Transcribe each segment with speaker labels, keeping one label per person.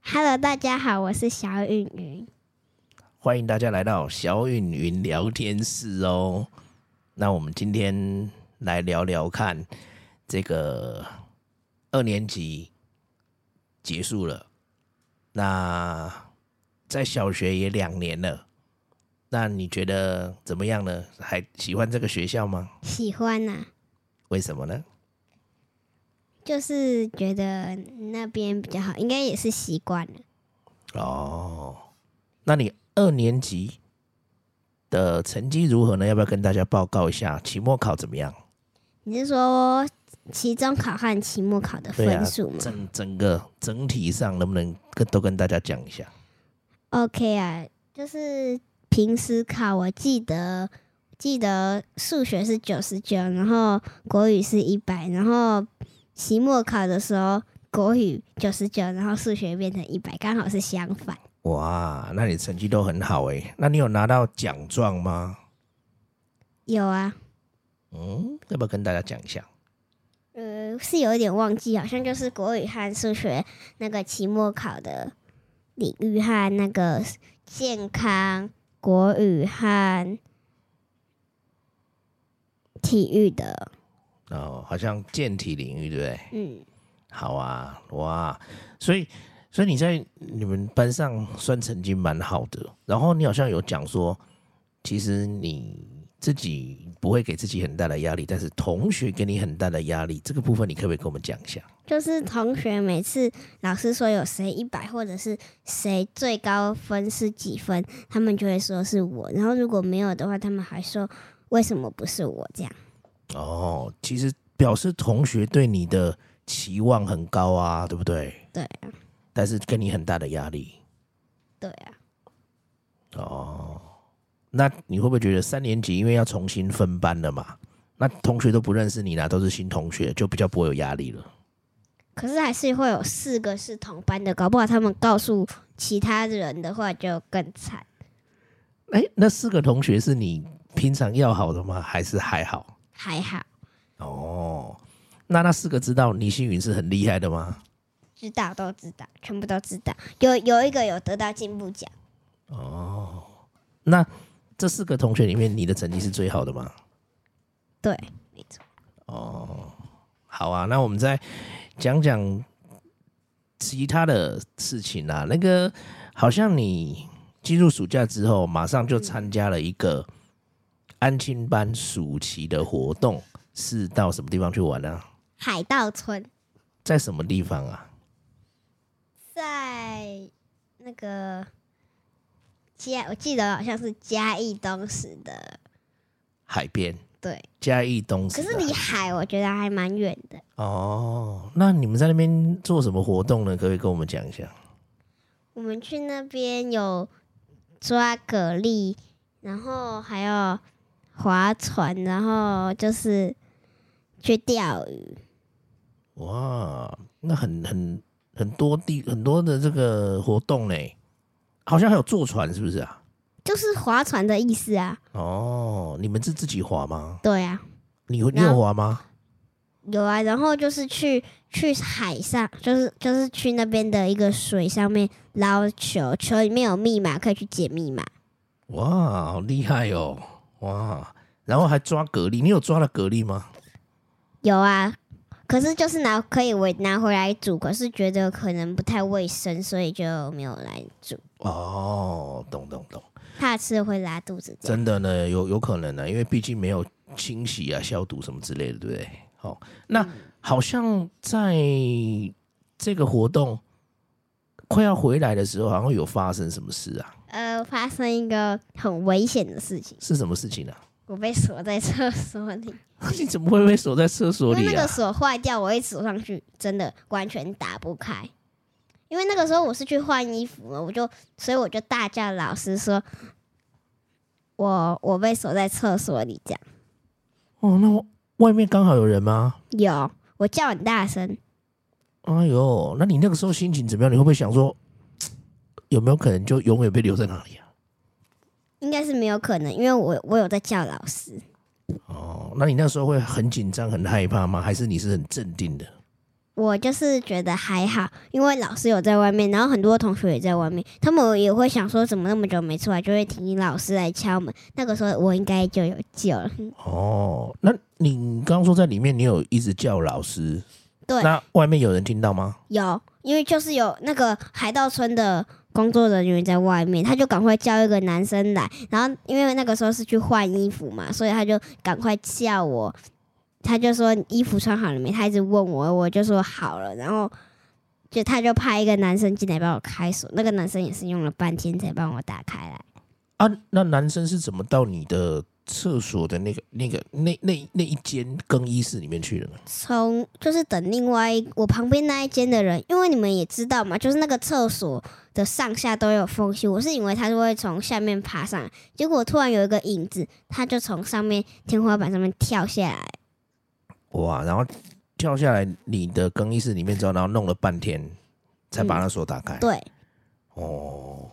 Speaker 1: Hello，大家好，我是小允云。
Speaker 2: 欢迎大家来到小允云聊天室哦。那我们今天来聊聊看这个二年级结束了，那在小学也两年了，那你觉得怎么样呢？还喜欢这个学校吗？
Speaker 1: 喜欢呐、
Speaker 2: 为什么呢？
Speaker 1: 就是觉得那边比较好，应该也是习惯了。
Speaker 2: 哦，那你二年级的成绩如何呢？要不要跟大家报告一下期末考怎么样？
Speaker 1: 你是说期中考和期末考的分数吗、
Speaker 2: 整整个整体上能不能跟都跟大家讲一下？
Speaker 1: o k 啊，就是平时考，我记得记得数学是九十九，然后国语是一百，然后期末考的时候国语九十九，然后数学变成一百，刚好是相反。
Speaker 2: 哇，那你成绩都很好诶、那你有拿到奖状吗？
Speaker 1: 有啊，
Speaker 2: 嗯，要不要跟大家讲一下？
Speaker 1: 呃，是有一点忘记，好像就是国语和数学那个期末考的领域和那个健康、国语和体育的，
Speaker 2: 哦，好像健体领域对不对？
Speaker 1: 嗯，
Speaker 2: 好啊，哇，所以所以你在你们班上算成绩蛮好的，然后你好像有讲说，其实你自己不会给自己很大的压力，但是同学给你很大的压力，这个部分你可不可以跟我们讲一下？
Speaker 1: 就是同学每次老师说有谁一百或者是谁最高分是几分，他们就会说是我，然后如果没有的话，他们还说为什么不是我这样。
Speaker 2: 哦，其实表示同学对你的期望很高啊，对不对？
Speaker 1: 对
Speaker 2: 啊。但是给你很大的压力
Speaker 1: 对啊，
Speaker 2: 哦。那你会不会觉得三年级因为要重新分班了嘛？那同学都不认识你啦，都是新同学，就比较不会有压力了。
Speaker 1: 可是还是会有四个是同班的，搞不好他们告诉其他人的话就更惨。
Speaker 2: 哎，那四个同学是你平常要好的吗？还是还好？
Speaker 1: 还好
Speaker 2: 哦，那那四个知道倪星云是很厉害的吗？
Speaker 1: 知道都知道，全部都知道。有有一个有得到进步奖，
Speaker 2: 哦，那这四个同学里面，你的成绩是最好的吗？
Speaker 1: 对，没错。
Speaker 2: 哦，好啊，那我们再讲讲其他的事情啊。那个好像你进入暑假之后，马上就参加了一个安亲班暑期的活动，是到什么地方去玩啊？
Speaker 1: 海盗村
Speaker 2: 在什么地方啊？
Speaker 1: 在那个嘉，我记得好像是嘉义东石的，
Speaker 2: 海边，
Speaker 1: 对。
Speaker 2: 嘉义东啊
Speaker 1: 可
Speaker 2: 石的
Speaker 1: 是
Speaker 2: 海。
Speaker 1: 离海我觉得还蛮远的。
Speaker 2: 哦，那你们在那边做什么活动呢？可不可以跟我们讲一下？
Speaker 1: 我们去那边有抓蛤蜊，然后还有划船，然后就是去钓鱼。
Speaker 2: 哇，那很很很多地很多的这个活动嘞，好像还有坐船是不是啊？
Speaker 1: 就是划船的意思啊，
Speaker 2: 哦，你们是自己滑吗？
Speaker 1: 对啊，
Speaker 2: 你会你
Speaker 1: 那
Speaker 2: 有滑吗？
Speaker 1: 有啊，然后就是去去海上，就是就是去那边的一个水上面捞球，球里面有密码，可以去解密码。
Speaker 2: 哇，好厉害哦！哇，然后还抓蛤蜊，你有抓到蛤蜊吗？
Speaker 1: 有啊，可是就是拿可以回拿回来煮，可是觉得可能不太卫生，所以就没有来煮，
Speaker 2: 哦，懂懂懂，
Speaker 1: 怕吃会拉肚子这样。
Speaker 2: 真的呢，有有可能啊呢，因为毕竟没有清洗啊、消毒什么之类的，对不对？好、那好像在这个活动快要回来的时候，好像有发生什么事啊？
Speaker 1: 呃，发生一个很危险的事情，
Speaker 2: 是什么事情啊？
Speaker 1: 我被锁在厕所里，
Speaker 2: 你怎么会被锁在厕所
Speaker 1: 因为
Speaker 2: 里
Speaker 1: 那
Speaker 2: 啊
Speaker 1: 个？锁坏掉，我一锁上去，真的完全打不开。因为那个时候我是去换衣服了，我就所以我就大叫老师说，我我被锁在厕所里这样。
Speaker 2: 哦，那外面刚好有人吗？
Speaker 1: 有，我叫很大声，
Speaker 2: 哎呦，那你那个时候心情怎么样？你会不会想说，嘖有没有可能就永远被留在那里啊？
Speaker 1: 应该是没有可能，因为我我有在叫老师，
Speaker 2: 哦，那你那时候会很紧张、很害怕吗？还是你是很镇定的？
Speaker 1: 我就是觉得还好，因为老师有在外面，然后很多同学也在外面，他们也会想说怎么那么久没出来，就会听老师来敲门。那个时候我应该就有救了。
Speaker 2: 哦，那你刚刚说在里面，你有一直叫老师，
Speaker 1: 对，
Speaker 2: 那外面有人听到吗？
Speaker 1: 有，因为就是有那个海盗村的工作人员在外面，他就赶快叫一个男生来，然后因为那个时候是去换衣服嘛，所以他就赶快叫我，他就说你衣服穿好了没？他一直问我，我就说好了，然后就他就派一个男生进来帮我开锁，那个男生也是用了半天才帮我打开来。
Speaker 2: 啊，那男生是怎么到你的厕所的那个、那个、那那那一间更衣室里面去的呢？
Speaker 1: 从就是等另外一我旁边那一间的人，因为你们也知道嘛，就是那个厕所的上下都有缝隙，我是以为他是会从下面爬上来，结果突然有一个影子，他就从上面天花板上面跳下来，
Speaker 2: 哇，然后跳下来你的更衣室里面之后，然后弄了半天才把那锁打开。
Speaker 1: 嗯对。
Speaker 2: 哦，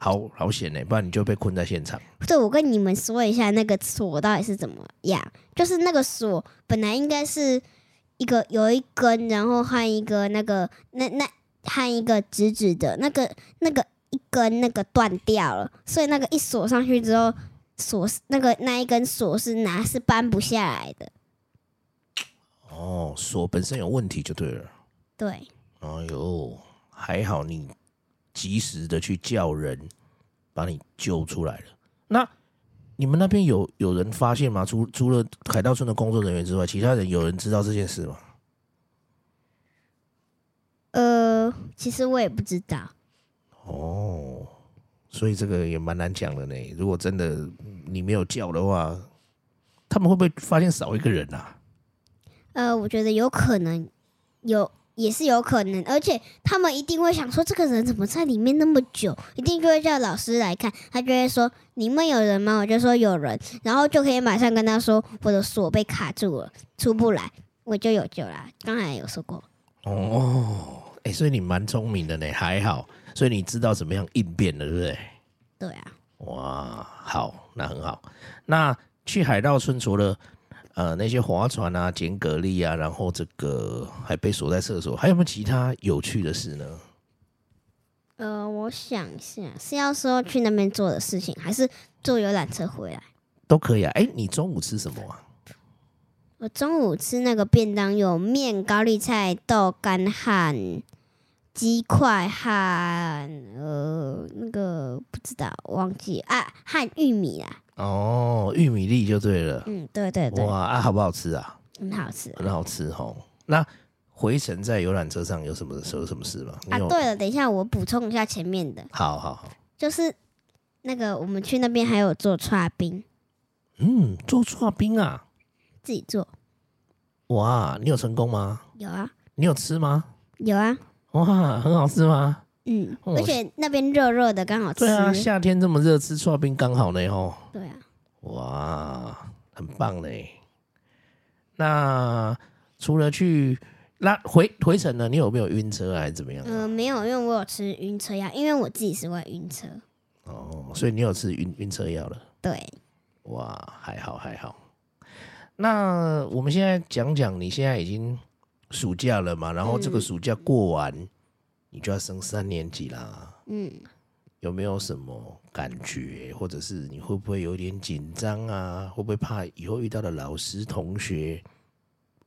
Speaker 2: 好好险欸呢，不然你就被困在现场。
Speaker 1: 对，我跟你们说一下那个锁到底是怎么样。就是那个锁本来应该是一个有一根，然后和一个那个那那和一个直直的那个那个一根那个断掉了，所以那个一锁上去之后，锁是那个那一根锁是拿是搬不下来的。
Speaker 2: 哦，锁本身有问题就对了。
Speaker 1: 对，
Speaker 2: 哎呦，还好你及时的去叫人把你救出来了。那你们那边有有人发现吗？除除了海盗村的工作人员之外，其他人有人知道这件事吗？
Speaker 1: 呃，其实我也不知道。
Speaker 2: 哦，所以这个也蛮难讲的呢。如果真的你没有叫的话，他们会不会发现少一个人啊？
Speaker 1: 呃，我觉得有可能有。也是有可能，而且他们一定会想说，这个人怎么在里面那么久？一定就会叫老师来看，他就会说：“你们有人吗？”我就说有人，然后就可以马上跟他说：“我的锁被卡住了，出不来。”我就有救啦。刚才有说过，
Speaker 2: 哦，哎、所以你蛮聪明的呢，还好，所以你知道怎么样应变的，对不对？
Speaker 1: 对啊，
Speaker 2: 哇，好，那很好。那去海盗村除了呃那些划船啊、捡蛤蜊啊，然后这个还被锁在厕所，还有没有其他有趣的事呢？
Speaker 1: 呃，我想一下，是要说去那边做的事情，还是坐游览车回来？
Speaker 2: 都可以啊。哎、你中午吃什么啊？
Speaker 1: 我中午吃那个便当有面、高丽菜、豆干和鸡块和呃那个不知道忘记啊，和玉米啦。
Speaker 2: 哦，玉米粒就对了。
Speaker 1: 嗯，对对对，
Speaker 2: 哇，啊，好不好吃啊？
Speaker 1: 很好吃
Speaker 2: 很好吃哦。那回程在游览车上有什么有什么事吗？你
Speaker 1: 啊。
Speaker 2: 有，
Speaker 1: 对了，等一下我补充一下前面的，
Speaker 2: 好好好，
Speaker 1: 就是那个我们去那边还有做串冰，
Speaker 2: 嗯，做串冰啊，
Speaker 1: 自己做
Speaker 2: 哇，你有成功吗？
Speaker 1: 有啊
Speaker 2: 你有吃吗？
Speaker 1: 有啊，
Speaker 2: 哇，很好吃吗？
Speaker 1: 嗯，
Speaker 2: 哦
Speaker 1: 而且那边热热的，刚好吃。
Speaker 2: 对啊，夏天这么热，吃串冰刚好呢哦。
Speaker 1: 对啊
Speaker 2: 哇，很棒嘞。那除了去那回回程呢，你有没有晕车啊还是怎么样？
Speaker 1: 嗯、没有，因为我有吃晕车药，因为我自己是会晕车。
Speaker 2: 哦，所以你有吃晕晕车药了。
Speaker 1: 对，
Speaker 2: 哇，还好还好。那我们现在讲讲，你现在已经暑假了嘛，然后这个
Speaker 1: 嗯
Speaker 2: 暑假过完，你就要升三年级啦。
Speaker 1: 嗯。
Speaker 2: 有没有什么感觉，或者是你会不会有点紧张啊？会不会怕以后遇到的老师、同学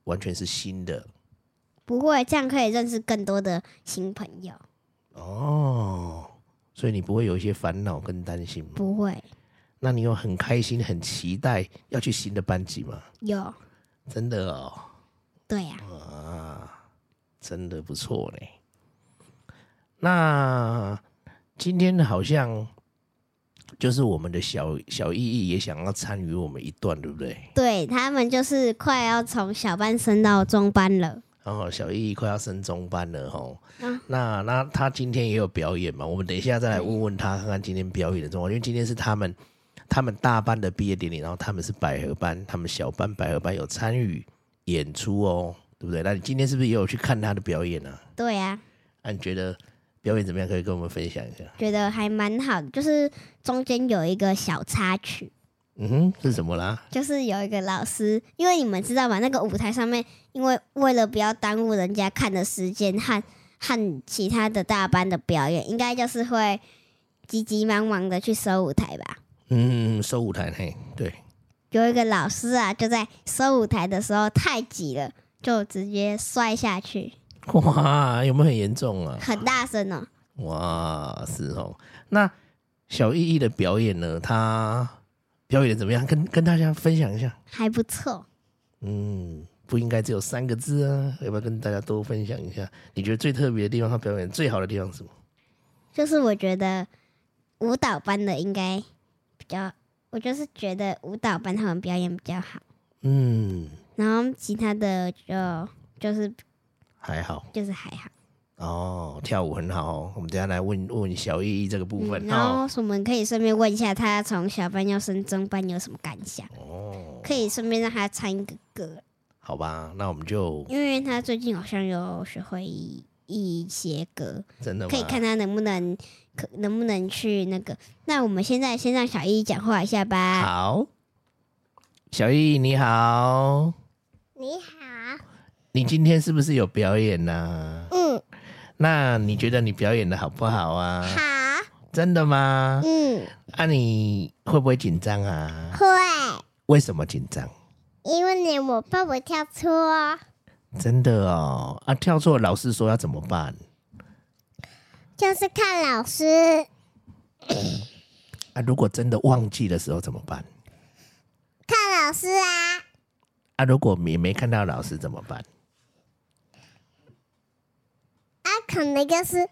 Speaker 2: 完全是新的？
Speaker 1: 不会，这样可以认识更多的新朋友。
Speaker 2: 哦，所以你不会有一些烦恼跟担心吗？
Speaker 1: 不会，
Speaker 2: 那你有很开心、很期待要去新的班级吗？
Speaker 1: 有，
Speaker 2: 真的哦，
Speaker 1: 对啊呀、
Speaker 2: 啊，真的不错嘞。那今天好像就是我们的小小意义也想要参与我们一段，对不对？
Speaker 1: 对啊他们就是快要从小班升到中班了。
Speaker 2: 然后小易快要升中班了吼，
Speaker 1: 嗯
Speaker 2: 那那他今天也有表演嘛？我们等一下再来问问他，看看今天表演的状况，因为今天是他们他们大班的毕业典礼，然后他们是百合班，他们小班百合班有参与演出哦，对不对？那你今天是不是也有去看他的表演啊？
Speaker 1: 对呀、
Speaker 2: 那你觉得表演怎么样？可以跟我们分享一下。
Speaker 1: 觉得还蛮好的，就是中间有一个小插曲。
Speaker 2: 嗯哼，是什么啦？
Speaker 1: 就是有一个老师，因为你们知道吧，那个舞台上面，因为为了不要耽误人家看的时间和和其他的大班的表演，应该就是会急急忙忙的去收舞台吧。
Speaker 2: 嗯，收舞台嘿，对，
Speaker 1: 有一个老师啊，就在收舞台的时候太挤了，就直接摔下去，
Speaker 2: 哇，有没有很严重啊？
Speaker 1: 很大声哦。
Speaker 2: 哇，是哦。那小依依的表演呢？她表演得怎么样？跟跟大家分享一下。
Speaker 1: 还不错，
Speaker 2: 嗯，不应该只有三个字啊，要不要跟大家多分享一下？你觉得最特别的地方，她表演最好的地方是什么？
Speaker 1: 就是我觉得舞蹈班的应该比较，我就是觉得舞蹈班他们表演比较好，
Speaker 2: 嗯，
Speaker 1: 然后其他的就就是
Speaker 2: 还好
Speaker 1: 就是还好。
Speaker 2: 哦，跳舞很好哦。我们等一下来问问小依依这个部分
Speaker 1: 嗯、然
Speaker 2: 哦。
Speaker 1: 后我们可以顺便问一下他从小班要升中班有什么感想，
Speaker 2: 哦，
Speaker 1: 可以顺便让他唱一个歌，
Speaker 2: 好吧，那我们就
Speaker 1: 因为他最近好像有学会一一些歌，
Speaker 2: 真的吗
Speaker 1: 可以看他能不能可能不能去那个。那我们现在先让小一讲话一下吧。
Speaker 2: 好，小易你好，
Speaker 1: 你好，
Speaker 2: 你今天是不是有表演啊呢、
Speaker 1: 嗯，
Speaker 2: 那你觉得你表演的好不好啊？
Speaker 1: 好，
Speaker 2: 真的吗？
Speaker 1: 嗯，
Speaker 2: 啊，你会不会紧张啊？
Speaker 1: 会，
Speaker 2: 为什么紧张？
Speaker 1: 因为你我帮我跳错，
Speaker 2: 真的哦，啊，跳错老师说要怎么办？
Speaker 1: 就是看老师
Speaker 2: 啊，如果真的忘记的时候怎么办？
Speaker 1: 看老师啊，
Speaker 2: 啊，如果你没看到老师怎么办？
Speaker 3: 啊，可能就是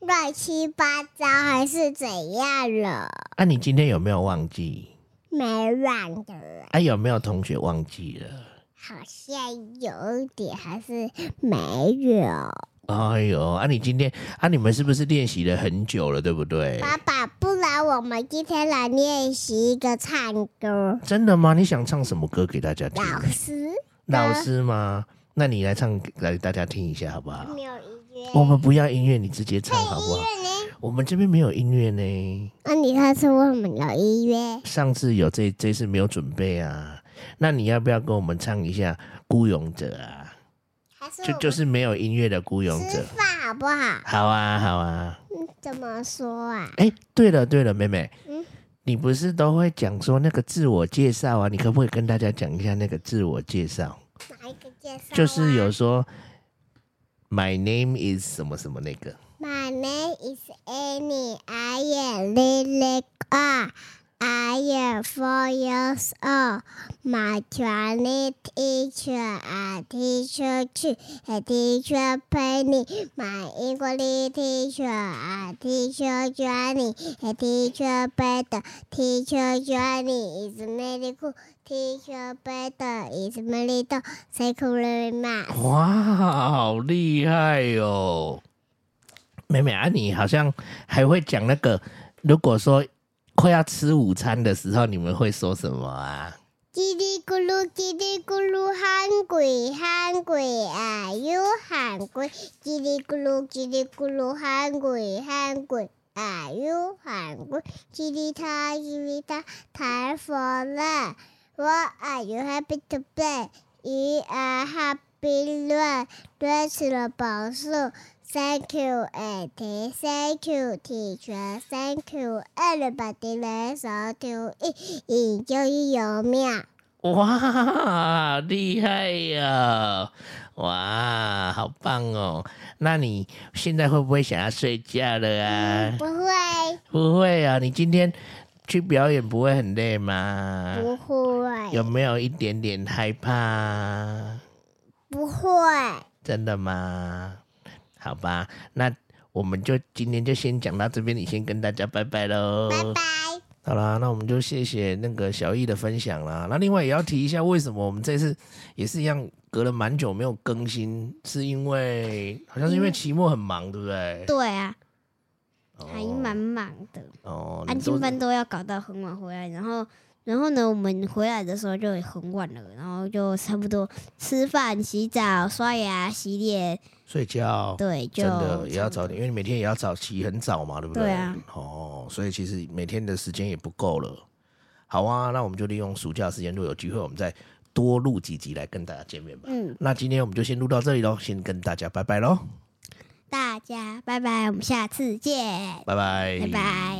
Speaker 3: 乱七八糟还
Speaker 2: 哦
Speaker 3: 是怎样了？
Speaker 2: 啊，你今天有没有忘记？
Speaker 3: 没乱的，
Speaker 2: 啊，有没有同学忘记了？
Speaker 3: 好像有点还是没有。
Speaker 2: 哎呦，啊，你今天啊，你们是不是练习了很久了，对不对？
Speaker 3: 爸爸，不然我们今天来练习一个唱歌。
Speaker 2: 真的吗？你想唱什么歌给大家听？
Speaker 3: 老师，
Speaker 2: 老师吗？那你来唱来给大家听一下好不好？
Speaker 3: 没有音乐。
Speaker 2: 我们不要音乐，你直接唱好不好？
Speaker 3: 音乐呢？
Speaker 2: 我们这边没有音乐呢，
Speaker 3: 那哦你上次为什么有音乐？
Speaker 2: 上次有这这次没有准备啊。那你要不要跟我们唱一下《孤勇者》啊？
Speaker 3: 还是
Speaker 2: 就
Speaker 3: 我
Speaker 2: 就是没有音乐的《孤勇
Speaker 3: 们
Speaker 2: 者
Speaker 3: 吃》。饭好不好？
Speaker 2: 好啊，好啊。
Speaker 3: 嗯怎么说啊？
Speaker 2: 哎、对了对了，妹妹，
Speaker 3: 嗯
Speaker 2: 你不是都会讲说那个自我介绍啊？你可不可以跟大家讲一下那个自我介绍？
Speaker 3: 哪一个介绍啊？
Speaker 2: 就是有说，My name is 什么什么那个。
Speaker 3: My name is Annie. I am Lily R. I am four years old. My Chinese teacher and teacher Chu and teacher Penny. My English teacher and teacher Johnny and teacher Peter. Teacher Johnny is very cool. Teacher Peter is very tall. Thank you very much.
Speaker 2: 哇，好厉害哟、妹妹啊，你好像还会讲那个，如果说快要吃午餐的时候，你们会说什么啊？
Speaker 3: 叽里咕噜，叽里咕噜，hungry hungry are you hungry？叽里咕噜，叽里咕噜，hungry hungry are you hungry？叽里它，叽里它，time for lunch。What are you happy to play? You are happy run run 吃了饱受。Thank you, Auntie. Thank you, teacher. Thank you, everybody. Let's all do it. 引咎一有妙，
Speaker 2: 哇，厉害呀、哇，好棒哦！那你现在会不会想要睡觉了啊？
Speaker 3: 不会，
Speaker 2: 不会啊，你今天去表演不会很累吗？
Speaker 3: 不会，
Speaker 2: 嗯有没有一点点害怕啊？
Speaker 3: 不会。
Speaker 2: 真的吗？好吧，那我们就今天就先讲到这边，你先跟大家拜拜喽。
Speaker 3: 拜拜，
Speaker 2: 好啦，那我们就谢谢那个小易的分享啦。那另外也要提一下，为什么我们这次也是一样隔了蛮久没有更新，是因为好像是因为期末很忙，对不对？
Speaker 1: 对啊，
Speaker 2: 哦
Speaker 1: 还蛮忙的。
Speaker 2: 哦，
Speaker 1: 安
Speaker 2: 你都
Speaker 1: 静班都要搞到很晚回来，然后然后呢，我们回来的时候就很晚了，然后就差不多吃饭、洗澡、刷牙、洗脸，
Speaker 2: 睡觉。
Speaker 1: 对，就
Speaker 2: 真的也要
Speaker 1: 差不
Speaker 2: 早
Speaker 1: 多
Speaker 2: 点，因为你每天也要早起很早嘛，对不对？
Speaker 1: 对啊。
Speaker 2: 哦，所以其实每天的时间也不够了。好啊，那我们就利用暑假的时间，如果有机会，我们再多录几集来跟大家见面吧。
Speaker 3: 嗯，
Speaker 2: 那今天我们就先录到这里喽，先跟大家拜拜喽，
Speaker 3: 大家拜拜，我们下次见，
Speaker 2: 拜拜，
Speaker 3: 拜拜。